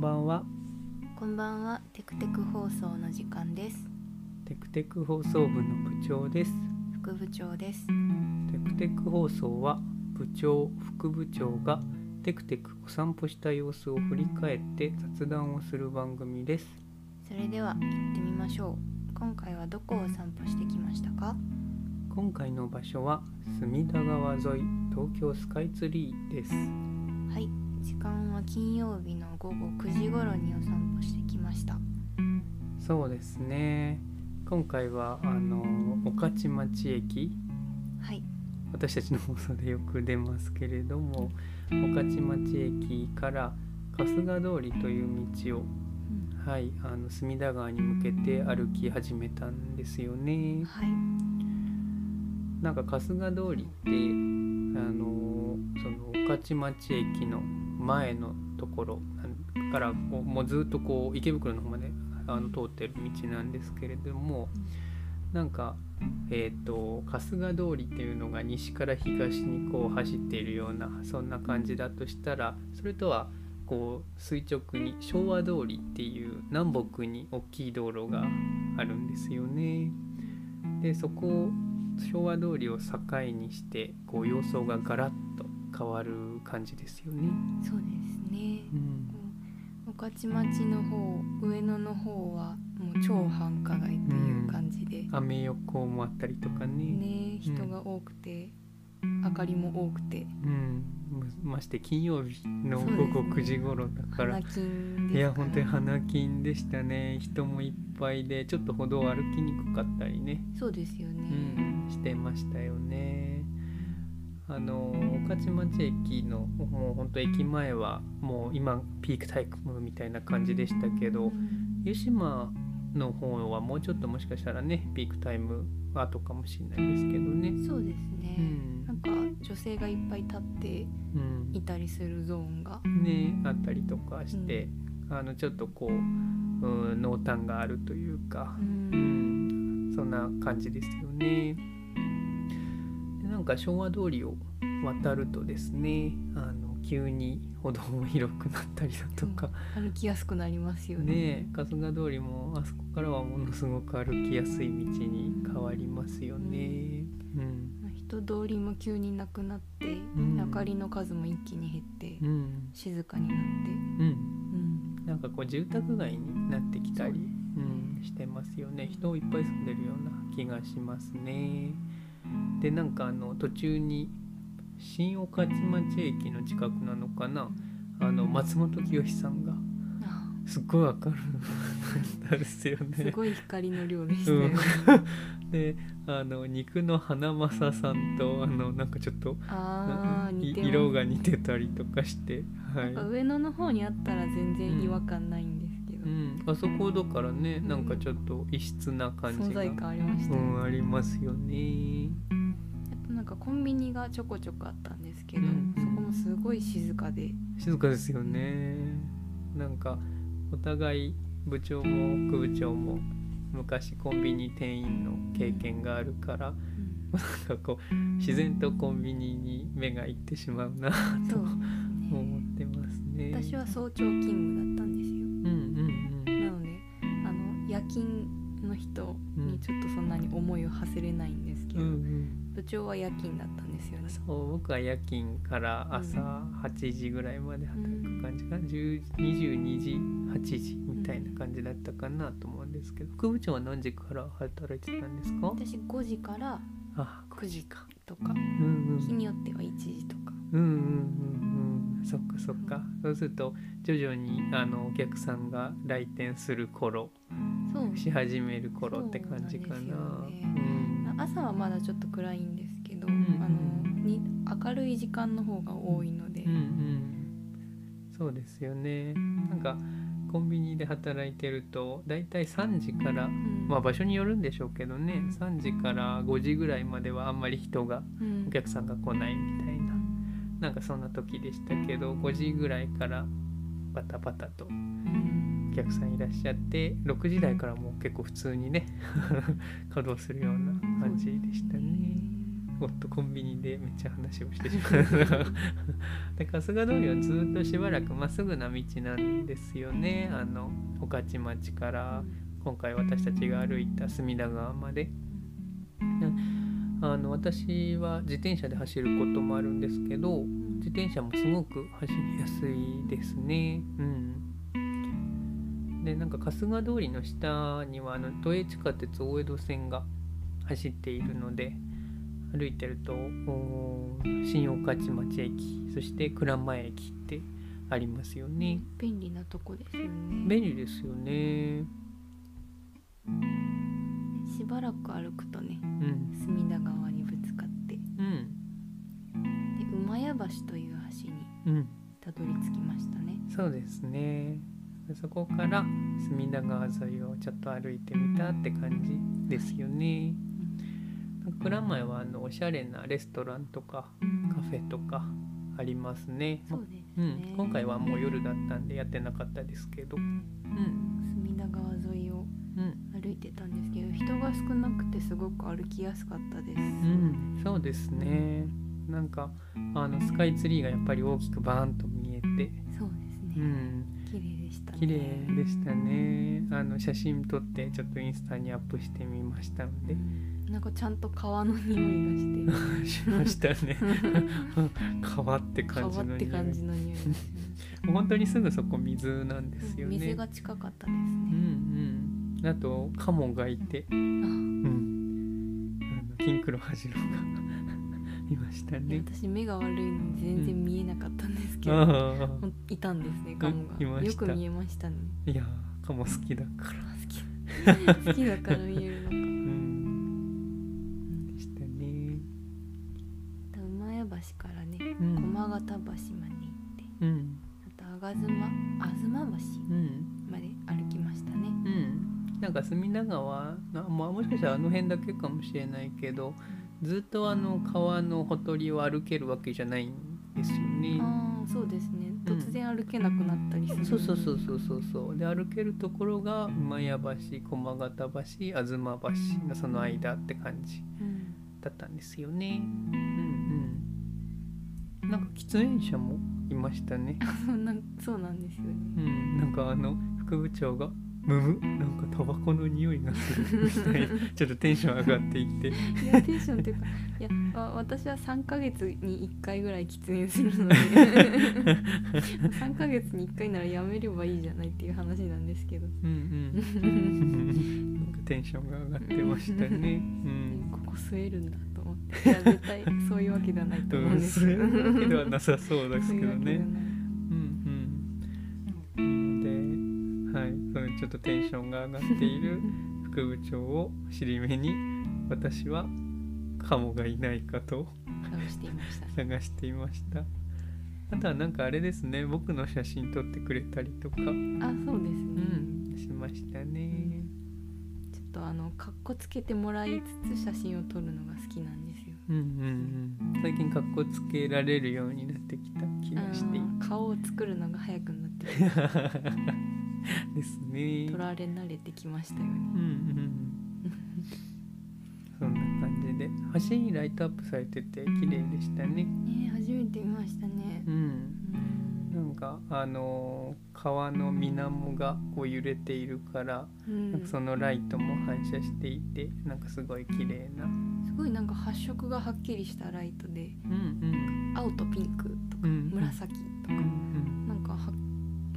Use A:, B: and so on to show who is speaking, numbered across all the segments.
A: ばんは
B: こんばんは、テクテク放送の時間です。
A: テクテク放送部の部長です
B: 副部長です。
A: テクテク放送は部長副部長がテクテクお散歩した様子を振り返って雑談をする番組です
B: それでは行ってみましょう。今回はどこを散歩してきましたか？
A: 今回の場所は隅田川沿い東京スカイツリーです
B: はい、時間は金曜日の午後9時頃にお散歩してきました。
A: そうですね今回はあの御徒町駅
B: はい、
A: 私たちの放送でよく出ますけれども御徒町駅から春日通りという道を、はい、あの隅田川に向けて歩き始めたんですよね。
B: はい、
A: なんか春日通りってあのその御徒町駅の前のところなんからこうもうずっとこう池袋の方まであの通ってる道なんですけれどもなんか、えー、と春日通りっていうのが西から東にこう走っているようなそんな感じだとしたらそれとはこう垂直に昭和通りっていう南北に大きい道路があるんですよね。でそこを昭和通りを境にしてこう様相がガラッと変わる感じですよね。
B: そうですね。
A: うん
B: こう御徒町の方、上野の方はもう超繁華街という感じで、
A: アメ横もあったりとかね。
B: ね、人が多くて、明かりも多くて、
A: うん、まして金曜日の午後9時頃だから
B: 花金ですから。
A: いや本当に花金でしたね人もいっぱいでちょっと歩道を歩きにくかったりね、
B: そうですよね。
A: うん、してましたよねあの御徒町駅のもう本当駅前はもう今ピークタイムみたいな感じでしたけ
B: う
A: ど
B: ん
A: 湯島の方はもうちょっともしかしたらねピークタイム後かもしれないですけどね
B: そうですね、
A: うん
B: なんか女性がいっぱい立って
A: うん
B: いたりするゾーンが、
A: ねあったりとかして、あのちょっとこう、うん、濃淡があるというか
B: う、
A: うんん、そんな感じですよね。でなんか昭和通りを渡るとですねあの急に歩道も広くなったりだとか、
B: 歩きやすくなりますよね。
A: ね春日通りもあそこからはものすごく歩きやすい道に変わりますよね。うん
B: 人通りも急になくなって、
A: ん
B: 明かりの数も一気に減って、
A: うん
B: 静かになっ
A: う
B: て、
A: ん、
B: うん
A: なんかこう住宅街になってきたり、うん、してますよね人をいっぱい住んでるような気がしますね。でなんかあの途中に新御徒町駅の近くなのかなあの松本清さんが
B: あ
A: すっごい明る くなったんですよ
B: す
A: ね。
B: ごい光の量でしたよね。
A: であの肉の花正さんとあのなんかちょっと
B: ああ
A: い
B: 似てます
A: 色が似てたりとかして、は
B: なんか
A: い
B: 上野の方にあったら全然違和感ないんですけど
A: う、ん、あそこだからね
B: うん
A: なんかちょっと異質な感じ
B: 存
A: が
B: 在感ありました
A: う
B: よね、
A: ん、ありますよね。
B: あとなんかコンビニがちょこちょこあったんですけど、
A: うん
B: そこもすごい静かで、
A: 静かですよね。なんかお互い部長も副部長も昔コンビニ店員の経験があるから、なんかこう自然とコンビニに目がいってしまうな
B: そうですね、
A: 思ってますね。
B: 私は早朝勤務だったんです
A: うんうんうん
B: よなのであの夜勤の人にちょっとそんなに思いを馳せれないんですけ
A: う
B: ど、
A: んうん、
B: 部長は夜勤だったんですよね
A: そう僕は夜勤から朝8時ぐらいまで働く感じかな、10 22時8時みたいな感じだったかなと思うんですけど副部長は何時から働いてたんですか
B: 私5時から
A: あ
B: 9時かとか
A: うんうん
B: 日によっては1時とか
A: うんうんうんうんそっかそっかそうすると徐々にあのお客さんが来店する頃
B: そう
A: し始める頃って感じかな
B: そうなんですよね
A: うん
B: 朝はまだちょっと暗いんですけど、
A: ん
B: あのに明るい時間の方が多いので、
A: うんうんそうですよねなんかコンビニで働いてるとだいたい3時から
B: うん
A: まあ場所によるんでしょうけどね3時から5時ぐらいまではあんまり人が
B: うん
A: お客さんが来ないみたいななんかそんな時でしたけど5時ぐらいからバタバタと
B: うん
A: お客さんいらっしゃって6時台 からもう結構普通にね稼働するような感じでしたね。う夫コンビニでめっちゃ話をしてしまうで春日通りはずっとしばらくまっすぐな道なんですよねあの御徒町から今回私たちが歩いた隅田川まであの私は自転車で走ることもあるんですけど自転車もすごく走りやすいですねうんでなんか春日通りの下にはあの都営地下鉄大江戸線が走っているので歩いてるとおー新御徒町駅そして蔵前駅ってありますよね
B: 便利なとこですよね
A: 便利ですよね
B: しばらく歩くとね
A: うん
B: 隅田川にぶつかってで
A: うん
B: 馬屋橋という橋に
A: うん
B: たどり着きましたね
A: そうですねそこから隅田川沿いをちょっと歩いてみたって感じですよねなんか蔵前はあのおしゃれなレストランとかカフェとかありますね
B: そうですね、
A: うん、今回はもう夜だったんでやってなかったですけどうん
B: 隅田川沿いを
A: うん
B: 歩いてたんですけど人が少なくてすごく歩きやすかったです、
A: うんそうですねなんかあのスカイツリーがやっぱり大きくバーンと見えて
B: そうです
A: う
B: ね、
A: ん
B: 綺麗でしたね
A: 綺麗でしたねあの写真撮ってちょっとインスタにアップしてみましたの で
B: なんかちゃんと川の匂いがし
A: しました ね川って
B: て
A: 感じ
B: 川っ
A: の
B: て
A: 匂
B: 感
A: い
B: じの匂いがします
A: 本当にすぐそこ水なんですよね
B: 水が近かったで
A: うんうんあとカモがいて
B: す
A: う
B: ね、
A: んあの金黒ハジロが いました
B: あいや
A: ね
B: 私目が悪いので全然見えなかったんですけど、
A: あ
B: ほんいたんですねカモ
A: いま
B: が
A: した
B: よく見えまし たね
A: あいやーカモ好きだから
B: 好き好きだから見えるのか
A: うんでしたね
B: 馬屋橋からね
A: うん
B: 駒形橋まで行って
A: うん
B: あと吾妻吾妻橋
A: うん
B: まで歩きましたね。
A: うんなんか隅田川な、まあ、もしかしたらあの辺だけかもしれないけどずっとあの川のほとりを歩けるわけじゃないんですよね。
B: ああ、そうですね。突然歩けなくなったりする。
A: そうそうそうそうそうそうで歩けるところが馬屋橋駒形橋吾妻橋のその間って感じ
B: うん。
A: だったんですよね。うんうん、なんか喫煙者もいましたね。
B: そうなんそうなんですよ
A: う
B: ね。
A: ん、なんかあの副部長が「むむなんかタバコの匂いがする」みたい なちょっとテンション上がっていって
B: いやテンションというか、いやわ私は三ヶ月に一回ぐらい喫煙するので、 三ヶ月に一回ならやめればいいじゃないっていう話なんですけど。
A: うんうんなんかテンションが上がってましたね。うん
B: ここ吸えるんだと思って、いや絶対そういうわけではないと思うんです
A: そ
B: け
A: れ
B: ど。
A: だけではなさそうで
B: そ
A: す
B: うい
A: け
B: う
A: ど
B: わけ
A: ね。
B: ではない。
A: うんうん、で、はい、そのちょっとテンションが上がっている副部長を尻目に私はカモがいないかと
B: 顔していました。
A: 探していました。あとはなんかあれですね僕の写真撮ってくれたりとか、うん、
B: あ、そうですね。
A: しましたね。
B: ちょっとあのかっこつけてもらいつつ写真を撮るのが好きなんですよ。
A: うんうんうん、最近かっこつけられるようになってきた気がしていて
B: あー顔を作るのが早くなってき
A: ですね
B: て。撮られ慣れてきましたよね。
A: うんうんうんそんな感じで橋にライトアップされてて綺麗でしたね。
B: ねえ初めて見ましたね
A: う。ん、
B: う
A: なんかあのー川の水面がこう揺れているから、
B: ん
A: なんかそのライトも反射していてなんかすごい綺麗な。
B: すごいなんか発色がはっきりしたライトで
A: うん
B: 青とピンクとか
A: うん
B: 紫と
A: う
B: か、
A: ん
B: なんかは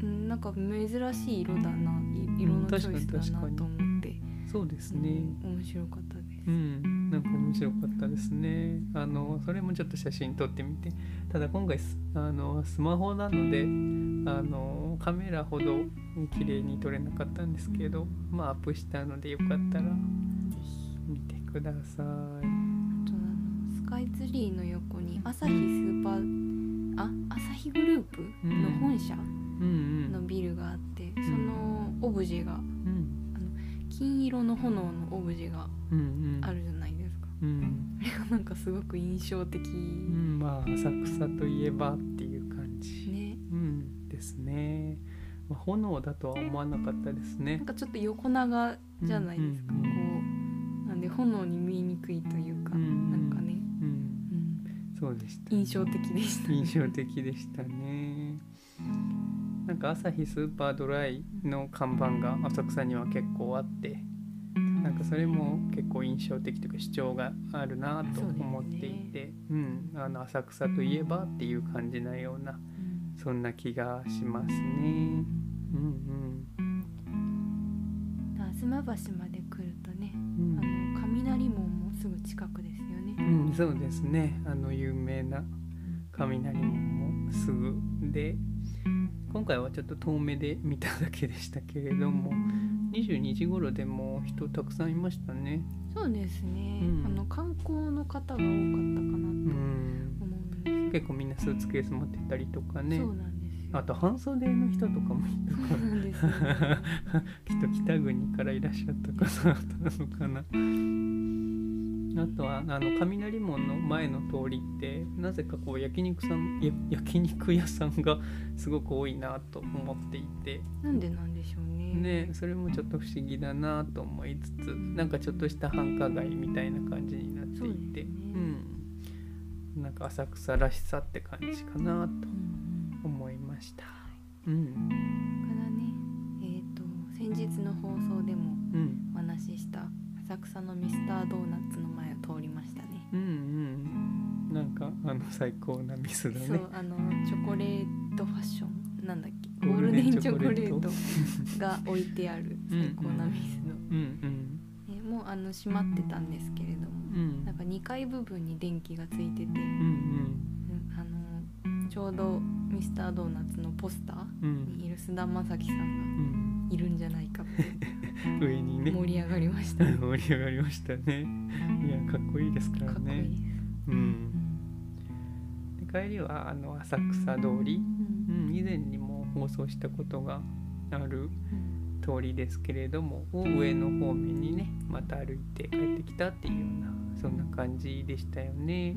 B: うんなんか珍しい色だない色のチョイスだ
A: 確かに
B: な
A: 確かに
B: と思って、
A: うん、そうです
B: うん
A: ね。
B: 面白かったです。
A: うん、なんか面白かったですね。あのそれもちょっと写真撮ってみて、ただ今回スあのスマホなので、あのカメラほど綺麗に撮れなかったんですけど、まあアップしたのでよかったら
B: ぜひ
A: 見てください。
B: あとあのスカイツリーの横に朝日スーパーあ朝日グループの本社
A: うんう
B: の
A: ん
B: ビルがあって、そのオブジェが
A: うん
B: 金色の炎のオブジェが
A: うんうん
B: あるじゃないですか、
A: うん
B: あれがなんかすごく印象的
A: うんまあ浅草といえばっていう感じ、
B: ね
A: うんですね。まあ炎だとは思わなかったです
B: な
A: ね
B: ん。かちょっと横長じゃないです
A: う
B: か、
A: んうん
B: こうなんで炎に見えにくいというか、
A: うんうん
B: なんかね
A: うんそうでした
B: 印象的でした
A: 印象的でしたねなんか朝日スーパードライの看板が浅草には結構あってなんかそれも結構印象的というか主張があるなと思っていてう、ん、あの浅草といえばっていう感じなような
B: うん
A: そんな気がしますね。うん
B: 吾妻橋まで来るとね
A: うん
B: あの雷門もすぐ近くですよね
A: うん、うん、そうですねあの有名な雷門もすぐで今回はちょっと遠目で見ただけでしたけれども22時頃でも人たくさんいましたね。
B: そうですね、
A: うん
B: あの観光の方が多かった
A: う
B: かなと
A: ん
B: 思うんです、
A: 結構みんなスーツケース持ってたりとかね
B: そうなんですよ
A: あと半袖の人とかもいた
B: そうなんで すよ
A: きっと北国からいらっしゃった方々なのかな。あとはあの雷門の前の通りってなぜかこう焼肉さんや焼肉屋さんがすごく多いなと思っていて
B: なんでなんでしょうね
A: ねそれもちょっと不思議だなと思いつつなんかちょっとした繁華街みたいな感じになってい
B: そう
A: て
B: ですね
A: うん、なんか浅草らしさって感じかなと
B: うん
A: 思いました。うん、
B: うんからねえっ、と先日の放送でも
A: うん、
B: お話しした浅草のミスタードーナツの前を通りましたね
A: うん、うんなんかあの最高なミスだ
B: そ
A: ね。
B: うあのチョコレートファッションなんだっけ
A: ゴ
B: ゴ
A: ー
B: ー
A: ル
B: ル
A: デン
B: デン
A: チ
B: チ
A: ョ
B: ョ
A: コ
B: コ
A: レ
B: レ
A: ート
B: ートが置いてあ る最高なミスの、
A: うん
B: ねもうあの閉まってたんですけれど
A: う
B: も
A: んうん
B: なんか2階部分に電気がついてて、
A: うん
B: あのちょうどミスタードーナツのポスター
A: うんうん
B: にいる菅田将暉さん
A: うん
B: がいるんじゃないか って
A: 上にね
B: 盛り上がりました、
A: 盛り上がりましたねいやかっこいいですから
B: かっこい
A: ね
B: いです、
A: うんで帰りはあの浅草通り、
B: うん
A: うん、以前にも放送したことがある通りですけれどもを上の方面にねまた歩いて帰ってきたっていうようなそんな感じでしたよね、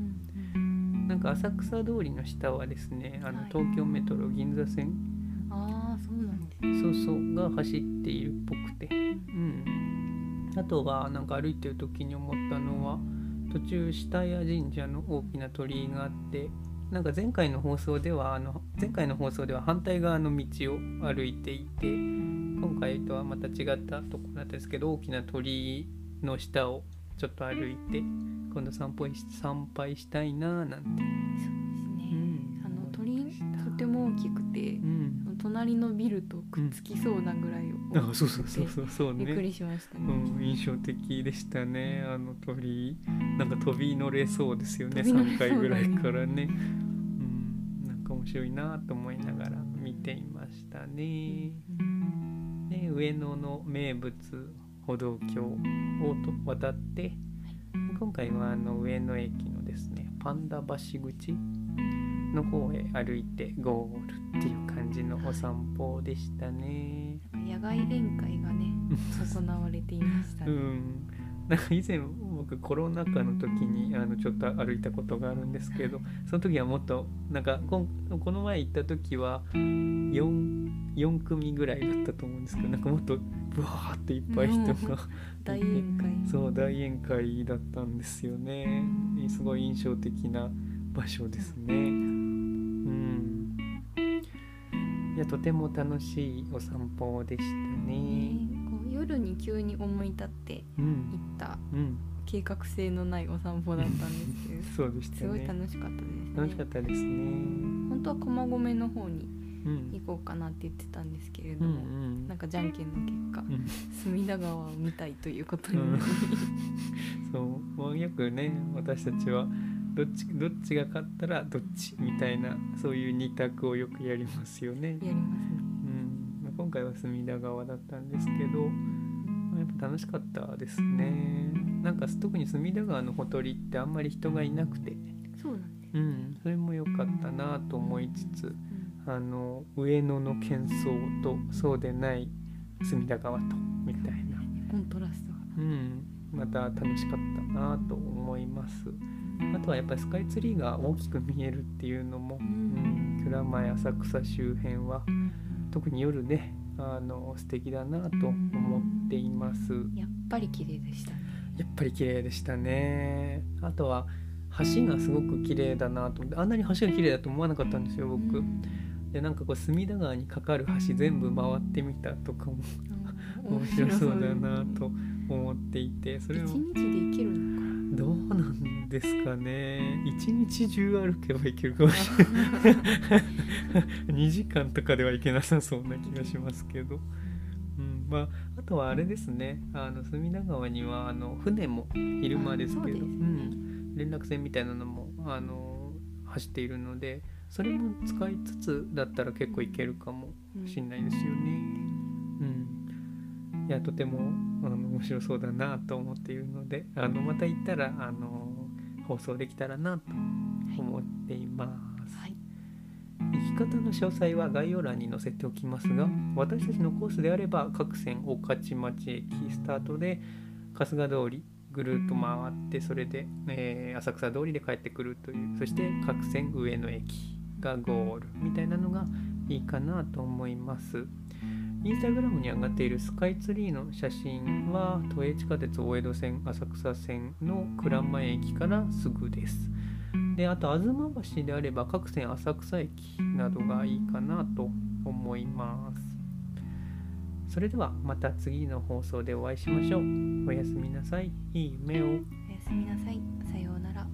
B: うん
A: なんか浅草通りの下はですねあの
B: はい
A: 東京メトロ銀座線
B: うんああそうなんですね
A: そうそうが走っているっぽくて、うん、あとはなんか歩いてる時に思ったのは途中下谷神社の大きな鳥居があってなんか前回の放送ではあの前回の放送では反対側の道を歩いていて今回とはまた違ったところなんですけど大きな鳥居の下をちょっと歩いて今度参拝し参拝したいなーなんて、うん
B: あの
A: 思い
B: 鳥
A: ました
B: とても大きくて
A: うん、
B: 隣のビルとくっつきそうなぐらい大き
A: あ
B: くて
A: そうそうそうそうそうね
B: びっくりしましたね、
A: うん、印象的でしたねあの鳥なんか飛び乗れそうですよね
B: 飛び乗れ
A: 3
B: そうだね
A: 回ぐらいからね、うん、なんか面白いなと思いながら見ていましたね。で上野の名物歩道橋をと渡って今回はあの上野駅のですねパンダ橋口の方へ歩いてゴールっていう感じのお散歩でしたね。
B: なんか野外宴会がね行われていました
A: う
B: ね、
A: ん、なんか以前僕コロナ禍の時にあのちょっと歩いたことがあるんですけどその時はもっとなんかこんこの前行った時は 4, 4組ぐらいだったと思うんですけどなんかもっとブワーっていっぱい人が、
B: 大宴会
A: そう大宴会だったんですよねすごい印象的な場所ですねうんいやとても楽しいお散歩でしたね
B: ねこう夜に急に思い立って
A: う
B: 行
A: ん
B: った
A: うん
B: 計画性のないお散歩だったんですけど
A: そうでした
B: すごい
A: ね
B: 楽しかったですね
A: 楽しかったですね。うん
B: 本当は駒込の方に
A: うん
B: 行こうかなって言ってたんですけれ
A: う
B: ども、
A: ん
B: なんかじゃんけんの結果、
A: うん
B: 隅田川を見たいということ
A: う
B: になり
A: んそう、まあ、よくね私たちはどっちどっちが勝ったらどっちみたいなそういう二択をよくやりますよね。
B: やりますね。
A: うんまあ、今回は隅田川だったんですけど、まあやっぱ楽しかったですね。なんか特に隅田川のほとりってあんまり人がいなくて、
B: そうなんです。
A: うん、それも良かったなと思いつつ。あの上野の喧騒とそうでない隅田川とみたいな、
B: コントラストが。
A: うん、また楽しかったなと思いますあとはやっぱりスカイツリーが大きく見えるっていうのも、うん、蔵前浅草周辺は特に夜ねあの素敵だなと思っています
B: やっぱり綺麗でしたね。
A: やっぱり綺麗でしたねあとは橋がすごく綺麗だなと思ってあんなに橋が綺麗だと思わなかったんですよ僕。でなんかこう隅田川に架かる橋全部回ってみたとかも面白そうだなと思っていてそ
B: 一
A: れも
B: 日で行けるのか
A: どうなんですかね一日中歩けばいけるかもしれない2 時間とかではいけなさそうな気がしますけど、うんまあ、あとはあれですねあの隅田川にはあの船も昼間ですけど
B: あそうです
A: う
B: ね
A: ん、連絡船みたいなのもあの走っているのでそれも使いつつだったら結構いけるかもしれないですよね。うん、いやとてもあの面白そうだなと思っているのであのまた行ったらあの放送できたらなと思っています。
B: はい
A: 行き方の詳細は概要欄に載せておきますが私たちのコースであれば各線御徒町駅スタートで春日通りぐるっと回ってそれで、えー浅草通りで帰ってくるというそして各線上野駅がゴールみたいなのがいいかなと思いますインスタグラムに上がっているスカイツリーの写真は都営地下鉄大江戸線浅草線の蔵前駅からすぐですであと吾妻橋であれば各線浅草駅などがいいかなと思いますそれではまた次の放送でお会いしましょうおやすみなさいいい夢を
B: おやすみなさいさようなら